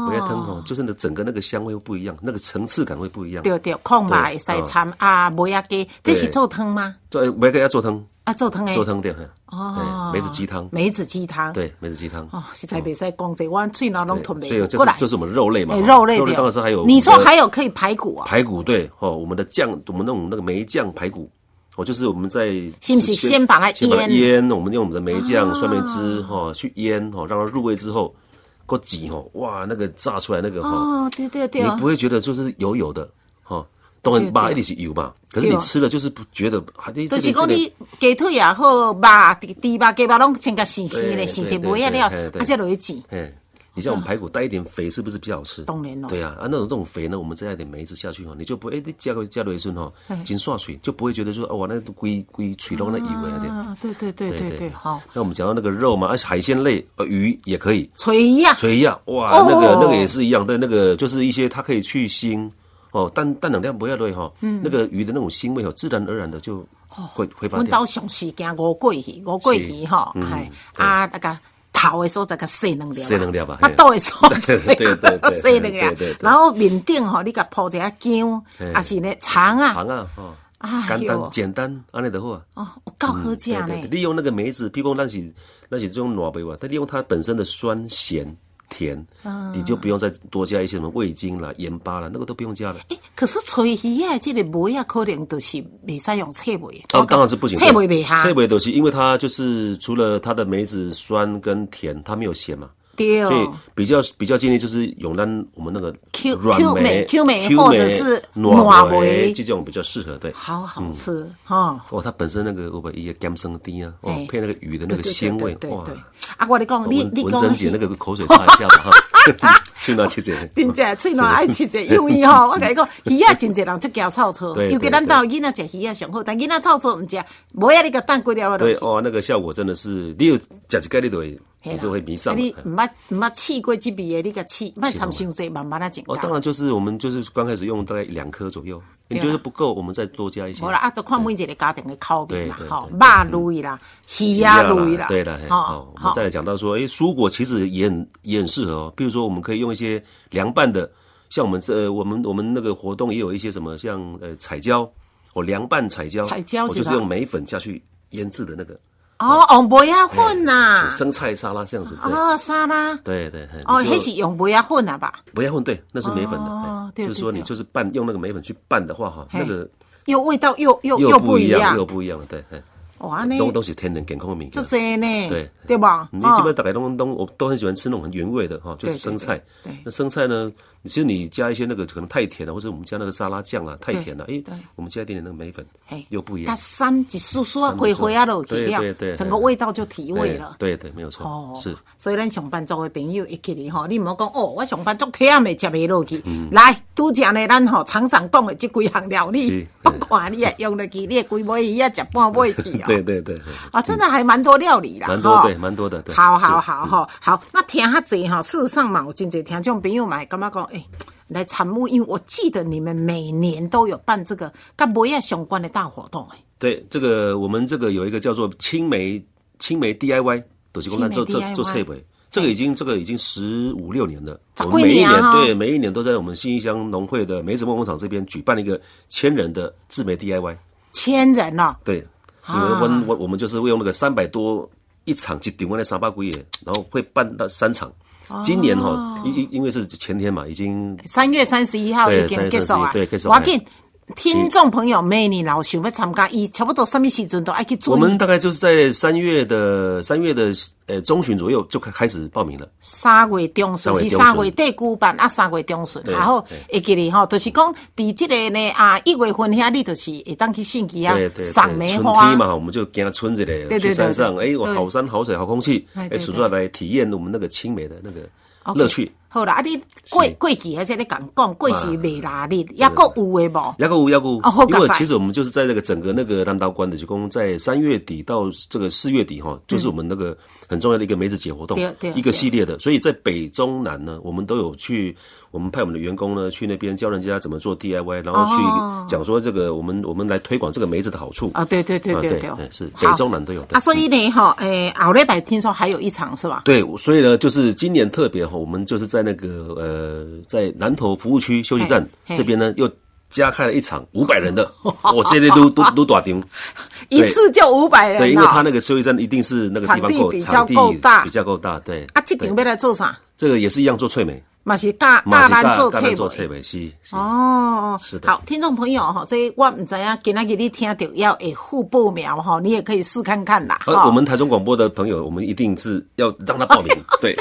Speaker 3: 梅鸭汤哦，就是你整个那个香味会不一样，那个层次感会不一样。
Speaker 2: 对对，空嘛会
Speaker 3: 对
Speaker 2: 使掺啊，梅仔鸡，这是做汤吗？
Speaker 3: 做梅鸭要做汤，
Speaker 2: 啊，做汤诶，
Speaker 3: 做汤对，嘿
Speaker 2: 哦，
Speaker 3: 嘿梅子鸡汤，
Speaker 2: 梅子鸡汤，，
Speaker 3: 对，梅子鸡汤。
Speaker 2: 哦，实在袂使讲这，我嘴脑拢
Speaker 3: 对
Speaker 2: 吞
Speaker 3: 所以
Speaker 2: 袂
Speaker 3: 这
Speaker 2: 过
Speaker 3: 是
Speaker 2: 来。
Speaker 3: 这是我们肉类嘛，
Speaker 2: 哎，
Speaker 3: 哈
Speaker 2: 肉类
Speaker 3: 肉类
Speaker 2: 的，
Speaker 3: 当然是还有
Speaker 2: 你说
Speaker 3: 我们的
Speaker 2: 还有可以排骨啊？
Speaker 3: 排骨对，哦，我们的酱，我们那种那个梅酱排骨，哦，就是我们在
Speaker 2: 是不是先把它
Speaker 3: 先把它
Speaker 2: 腌啊
Speaker 3: 腌，我们用我们的梅酱、酸梅汁哈去腌哦，让它入味之后，够挤哦，哇，那个炸出来那个哈，
Speaker 2: 哦，对对对
Speaker 3: 你，不会觉得就是油油的，哈、当然吧，
Speaker 2: 对
Speaker 3: 一
Speaker 2: 对
Speaker 3: 定是油嘛。可是你
Speaker 2: 对
Speaker 3: 吃了就是不觉得，还这
Speaker 2: 就是
Speaker 3: 这
Speaker 2: 讲
Speaker 3: 个
Speaker 2: 你鸡腿也好，肉、猪肉、鸡肉拢先甲生生咧，
Speaker 3: 对
Speaker 2: 生一
Speaker 3: 对
Speaker 2: 尾啊
Speaker 3: 对
Speaker 2: 了，
Speaker 3: 嘿
Speaker 2: 啊
Speaker 3: 对
Speaker 2: 再落去煎。
Speaker 3: 哎，你像我们排骨带一点肥，是不是比较好吃？
Speaker 2: 当然咯
Speaker 3: 对呀、啊，那种这种肥呢，我们再加一点梅子下去哦，你就不会哎，你加个加了一顺哈，
Speaker 2: 哎
Speaker 3: 紧刷嘴就不会觉得说哦，我那龟龟嘴弄那以为啊点。
Speaker 2: 啊，对对对对对，好，
Speaker 3: 那我们讲到那个肉嘛，而且海鲜类呃鱼也可以，
Speaker 2: 锤呀，
Speaker 3: 所以呀，哇，
Speaker 2: 哦
Speaker 3: 那个那个也是一样，但那个就是一些它可以去腥哦，但但两量不要对哈，
Speaker 2: 嗯
Speaker 3: 那个鱼的那种腥味哦，自然而然的就
Speaker 2: 哦
Speaker 3: 会挥发
Speaker 2: 阮
Speaker 3: 掉
Speaker 2: 兜。上时间五桂鱼，五桂鱼吼，
Speaker 3: 嗯
Speaker 2: 哎，啊那个。头的所在个细两粒，
Speaker 3: 细两粒吧
Speaker 2: 巴肚的所在
Speaker 3: 对对对对
Speaker 2: 细两
Speaker 3: 对对
Speaker 2: 粒啊
Speaker 3: 对，
Speaker 2: 然后面顶吼，你甲铺一下姜，
Speaker 3: 嘿
Speaker 2: 啊是呢肠啊，
Speaker 3: 长啊，哦
Speaker 2: 哎，
Speaker 3: 简
Speaker 2: 呦
Speaker 3: 单简单，安尼的话，
Speaker 2: 哦，有够好食
Speaker 3: 对对，对
Speaker 2: 呢。
Speaker 3: 利用那个梅子，譬如那是那是用暖杯吧，它利用它本身的酸咸。甜，
Speaker 2: 啊
Speaker 3: 你就不用再多加一些什么味精啦、盐巴啦，那个都不用加了。
Speaker 2: 诶可是炊鱼啊，这个梅啊，可能就是未使用切梅。
Speaker 3: 哦，当然是不行。
Speaker 2: 切梅袂下，
Speaker 3: 脆梅都是因为它就是除了它的梅子酸跟甜，它没有咸嘛。
Speaker 2: 对
Speaker 3: 所以比较比较建议就是用咱我们那个
Speaker 2: Q-
Speaker 3: 软
Speaker 2: Q 梅
Speaker 3: 梅、
Speaker 2: Q 梅或者是
Speaker 3: 软
Speaker 2: 软梅
Speaker 3: 这种比较适合对。
Speaker 2: 好
Speaker 3: 嗯
Speaker 2: 好吃哈。
Speaker 3: 哦，它本身那个我们一些甘生丁啊，哦
Speaker 2: 哎，
Speaker 3: 配那个鱼的那个
Speaker 2: 对对
Speaker 3: 鲜味，
Speaker 2: 对对
Speaker 3: 哇！哦
Speaker 2: 对。啊，我跟你讲，你
Speaker 3: 文
Speaker 2: 你
Speaker 3: 文
Speaker 2: 讲
Speaker 3: 珍姐那个口水擦一 下吧哈， 去拿去姐。
Speaker 2: 真正喙暖爱吃者幼鱼 吼，我甲你讲，鱼啊真侪人出惊臭臭，
Speaker 3: 对
Speaker 2: 尤其
Speaker 3: 对
Speaker 2: 咱
Speaker 3: 对
Speaker 2: 兜囡仔食鱼啊上好，但囡仔臭臭毋食，无啊你甲蛋过了我就
Speaker 3: 对
Speaker 2: 去。
Speaker 3: 哦，那个效果真的是，你有吃一概你就会，
Speaker 2: 嘿啦
Speaker 3: 你就会迷上
Speaker 2: 啊
Speaker 3: 了。
Speaker 2: 你毋捌毋捌试过即味的，你甲试，莫掺伤济，慢慢啊增
Speaker 3: 哦，当
Speaker 2: 加。
Speaker 3: 然就是我们就是刚开始用大概两颗左右，你
Speaker 2: 对啊
Speaker 3: 觉得不够，我们再多加一些。
Speaker 2: 无啦，啊，都看每一个家庭的口味啦
Speaker 3: 对，对
Speaker 2: 吼，
Speaker 3: 对
Speaker 2: 肉类啦，鱼啊类啦，
Speaker 3: 对了，嘿好，我们再来讲到说，哎，蔬果其实也很也很适合哦。比如说，我们可以用一些凉拌的，像我们这呃我们我们那个活动也有一些什么，像呃彩椒，哦，凉拌彩椒，
Speaker 2: 彩椒
Speaker 3: 我就是是
Speaker 2: 吧
Speaker 3: 用梅粉下去腌制的那个
Speaker 2: 哦，用梅啊粉呐
Speaker 3: 是，生菜沙拉这样子。对
Speaker 2: 哦，沙拉，
Speaker 3: 对对，嘿
Speaker 2: 哦，
Speaker 3: 你就
Speaker 2: 迄是用梅啊粉啊吧？
Speaker 3: 不要混对，那是梅粉的。
Speaker 2: 哦
Speaker 3: 嘿
Speaker 2: 对
Speaker 3: 就是
Speaker 2: 对
Speaker 3: 说你
Speaker 2: 对
Speaker 3: 就是拌用那个梅粉去拌的话，哈，
Speaker 2: 嘿
Speaker 3: 那个
Speaker 2: 又味道又又
Speaker 3: 又
Speaker 2: 不
Speaker 3: 不
Speaker 2: 一
Speaker 3: 一
Speaker 2: 样
Speaker 3: 又，不一样了，对。嘿
Speaker 2: 哦，安尼
Speaker 3: 都都是天然健康的物
Speaker 2: 就
Speaker 3: 件。
Speaker 2: 这呢，
Speaker 3: 对
Speaker 2: 对吧？
Speaker 3: 你
Speaker 2: 哦
Speaker 3: 基本大概都都我都很喜欢吃那种很原味的哈，就
Speaker 2: 对对
Speaker 3: 是生菜
Speaker 2: 对对。
Speaker 3: 那生菜呢，其实你加一些那个可能太甜了，或者我们加那个沙拉酱啊，太甜了，
Speaker 2: 对
Speaker 3: 哎
Speaker 2: 对，
Speaker 3: 我们加一点点那个梅粉
Speaker 2: 嘿，
Speaker 3: 又不一
Speaker 2: 它
Speaker 3: 样。
Speaker 2: 三几丝丝啊，
Speaker 3: 三几
Speaker 2: 回回啊落去
Speaker 3: 对
Speaker 2: 了，
Speaker 3: 对对
Speaker 2: 整个味道就提味
Speaker 3: 对
Speaker 2: 了。
Speaker 3: 哎
Speaker 2: 哦
Speaker 3: 对对，没有错，是。
Speaker 2: 所以咱上班族的朋友，会记得吼，你毋好讲哦，我上班族忝的，食袂落去。
Speaker 3: 嗯
Speaker 2: 来，拄则呢，咱吼厂长讲的即几项料理
Speaker 3: 是，
Speaker 2: 我看你也用落去，你的规尾鱼啊，食半尾去哦。
Speaker 3: 对对对，嘿
Speaker 2: 啊，真的还蛮多料理啦，
Speaker 3: 蛮多
Speaker 2: 吼
Speaker 3: 对蛮多的对
Speaker 2: 好好
Speaker 3: 是
Speaker 2: 好吼，好，那听哈济哈，事实上嘛，有真济听众朋友嘛，会感觉讲，诶、哎来参与，因为我记得你们每年都有办这个跟梅啊相关的大活动诶、哎
Speaker 3: 对，这个我们这个有一个叫做青梅青梅 DIY，都是公安做
Speaker 2: 青
Speaker 3: 做
Speaker 2: 梅 DIY
Speaker 3: 做翠梅。这个已经这个已经十五六年了，
Speaker 2: 十
Speaker 3: 我们
Speaker 2: 几
Speaker 3: 每一
Speaker 2: 年
Speaker 3: 年
Speaker 2: 啊
Speaker 3: 对每一年都在我们新义乡农会的梅子梦工厂这边举办一个千人的制梅 DIY。
Speaker 2: 千人哦，
Speaker 3: 对，因为温我我们就是会用那个三百多一场去顶温的沙巴龟，然后会办到三场。
Speaker 2: 哦
Speaker 3: 今年哈，因因因为是前天嘛，已经
Speaker 2: 三月三十一号
Speaker 3: 对
Speaker 2: 已经结束啊
Speaker 3: 3月31对结，束哎
Speaker 2: 我紧。听众朋友，每年老想要参加，伊差不多什么时阵都爱去注
Speaker 3: 我
Speaker 2: 意
Speaker 3: 们大概就是在三月的三月的呃中旬左右就开开始报名了。
Speaker 2: 三月中旬是三
Speaker 3: 三
Speaker 2: 月
Speaker 3: 月
Speaker 2: 底举办啊，三月中旬，
Speaker 3: 对
Speaker 2: 然后
Speaker 3: 对
Speaker 2: 会记哩吼，就是讲伫即个呢啊一月份遐，你就是会当去信息啊
Speaker 3: 对对，对
Speaker 2: 赏梅
Speaker 3: 春
Speaker 2: 花
Speaker 3: 天，嘛，我们就跟他村子嘞，
Speaker 2: 对对
Speaker 3: 去山上，
Speaker 2: 对
Speaker 3: 哎，
Speaker 2: 对
Speaker 3: 我好山好水好空气，
Speaker 2: 哎
Speaker 3: 哎，
Speaker 2: 对
Speaker 3: 说
Speaker 2: 对
Speaker 3: 出来体验我们那个青梅的那个
Speaker 2: OK，
Speaker 3: 乐趣。
Speaker 2: 好啦，啊你过过期还是你讲讲过期未拉力，也够有诶无？
Speaker 3: 要购物要购物
Speaker 2: 哦好，
Speaker 3: 因为
Speaker 2: 赶快
Speaker 3: 其实我们就是在那个整个那个南道关的职工，在三月底到这个四月底哈，就是我们那个很重要的一个梅子节活
Speaker 2: 嗯
Speaker 3: 动
Speaker 2: 对啊对，
Speaker 3: 一个系列的。所以在北中南呢，我们都有去，我们派我们的员工呢去那边教人家怎么做 DIY，然后
Speaker 2: 哦
Speaker 3: 去讲说这个我们我们来推广这个梅子的好处
Speaker 2: 啊，对对对
Speaker 3: 啊
Speaker 2: 对
Speaker 3: 对
Speaker 2: 对
Speaker 3: 嗯，是
Speaker 2: 好
Speaker 3: 北中南都有对
Speaker 2: 啊，所以呢，吼，诶，后礼拜听说还有一场是吧？
Speaker 3: 对，所以呢，就是今年特别哈，我们就是在那个呃，在南投服务区休息站
Speaker 2: 嘿嘿
Speaker 3: 这边呢，又加开了一场五百 人的，我这些都都都打定。
Speaker 2: 一次就五百人啊
Speaker 3: 对，因为他
Speaker 2: 啦。
Speaker 3: 那个休息站一定是那个地
Speaker 2: 场
Speaker 3: 方
Speaker 2: 地
Speaker 3: 够
Speaker 2: 比较
Speaker 3: 场地
Speaker 2: 够大
Speaker 3: 比较够大，对。
Speaker 2: 啊，这场
Speaker 3: 对
Speaker 2: 要来做啥？
Speaker 3: 这个也是一样做脆梅，
Speaker 2: 嘛是教
Speaker 3: 嘛
Speaker 2: 教
Speaker 3: 是
Speaker 2: 咱做册
Speaker 3: 教教咱做
Speaker 2: 无。
Speaker 3: 册呗，是是。
Speaker 2: 哦，
Speaker 3: 是的
Speaker 2: 好，听众朋友哈，这我唔知啊，今仔日你听到要会互报名哈，你也可以试看看啦。
Speaker 3: 而
Speaker 2: 哈
Speaker 3: 呃我们台中广播的朋友，我们一定是要让他 报名，对。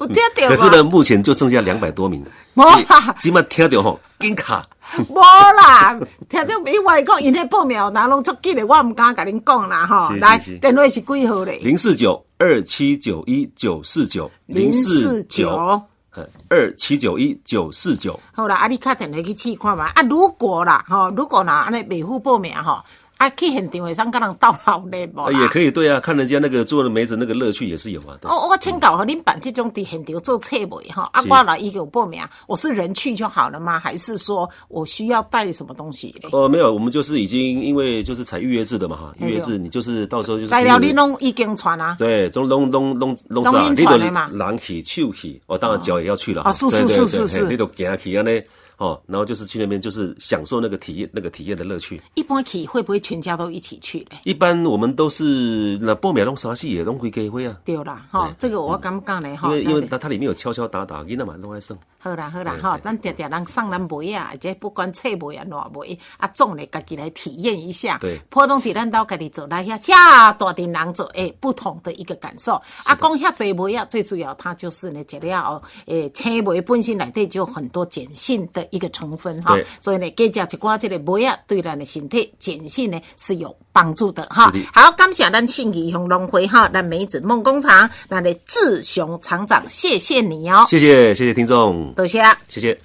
Speaker 2: 有听到吗
Speaker 3: 可是呢，目前就剩下两百多名，
Speaker 2: 没啦
Speaker 3: 今麦听到吼，金卡
Speaker 2: 无啦， 听众朋友，我讲因迄报名哪拢足紧的，我毋敢甲恁讲啦吼。
Speaker 3: 是是
Speaker 2: 来，
Speaker 3: 是
Speaker 2: 电话是几号咧？
Speaker 3: 零四九二七九一九四九
Speaker 2: 049
Speaker 3: 呃二七九一九四九，
Speaker 2: 好啦，啊，你敲电话去试看嘛。啊，如果啦，吼、如果啦，安尼未付报名吼，啊，去现场会上甲人斗闹热无
Speaker 3: 啊
Speaker 2: 啦。
Speaker 3: 也可以对啊，看人家那个做的梅子那个乐趣也是有啊。对嗯
Speaker 2: 哦，我请教哈，恁办这种伫现场做册袂哈？啊，
Speaker 3: 是
Speaker 2: 我来伊有报名，我是人去就好了吗？还是说我需要带什么东西嘞？
Speaker 3: 哦，没有，我们就是已经因为就是采预约制的嘛哈，
Speaker 2: 哎
Speaker 3: 预约
Speaker 2: 对
Speaker 3: 制你就是到时候就是
Speaker 2: 材料
Speaker 3: 可以
Speaker 2: 你拢已经传啊？
Speaker 3: 对，拢拢拢拢拢
Speaker 2: 拢
Speaker 3: 啥？
Speaker 2: 恁
Speaker 3: 你
Speaker 2: 传
Speaker 3: 都
Speaker 2: 的嘛
Speaker 3: 人去手去，哦，当然脚也要去了
Speaker 2: 啊是
Speaker 3: 对
Speaker 2: 是
Speaker 3: 对
Speaker 2: 是
Speaker 3: 对
Speaker 2: 是
Speaker 3: 嘿
Speaker 2: 是
Speaker 3: 你都行去安尼，哦，然后就是去那边就是享受那个体验那个体验的乐趣。
Speaker 2: 一般去会不会全家都一起去嘞？
Speaker 3: 一般我们都是那报名弄啥戏也弄回家会啊，
Speaker 2: 对啦，哈，这个我感觉嘞
Speaker 3: 嗯因
Speaker 2: 哈。
Speaker 3: 为因为
Speaker 2: 咱
Speaker 3: 它它里面有敲敲打打，囡仔嘛弄爱耍。
Speaker 2: 好啦好啦吼，咱定定人送咱买啊，或者不管册买啊、烂买，啊总咧家己来体验一下
Speaker 3: 对。
Speaker 2: 普通伫咱兜家己做来遐，遮大阵人做，诶、不同的一个感受。啊，讲遐济买啊，最主要它就是呢，食了后，哦诶、青梅本身内底就有很多碱性的一个成分哈
Speaker 3: 对，
Speaker 2: 所以呢，多食一寡这个梅啊，对咱的身体碱性呢是有帮助的哈
Speaker 3: 是的。
Speaker 2: 好，感谢咱信义红龙会哈，咱梅子梦工厂，咱的志雄厂长，谢谢你哦，
Speaker 3: 谢谢谢谢听众，
Speaker 2: 多谢。
Speaker 3: 谢谢。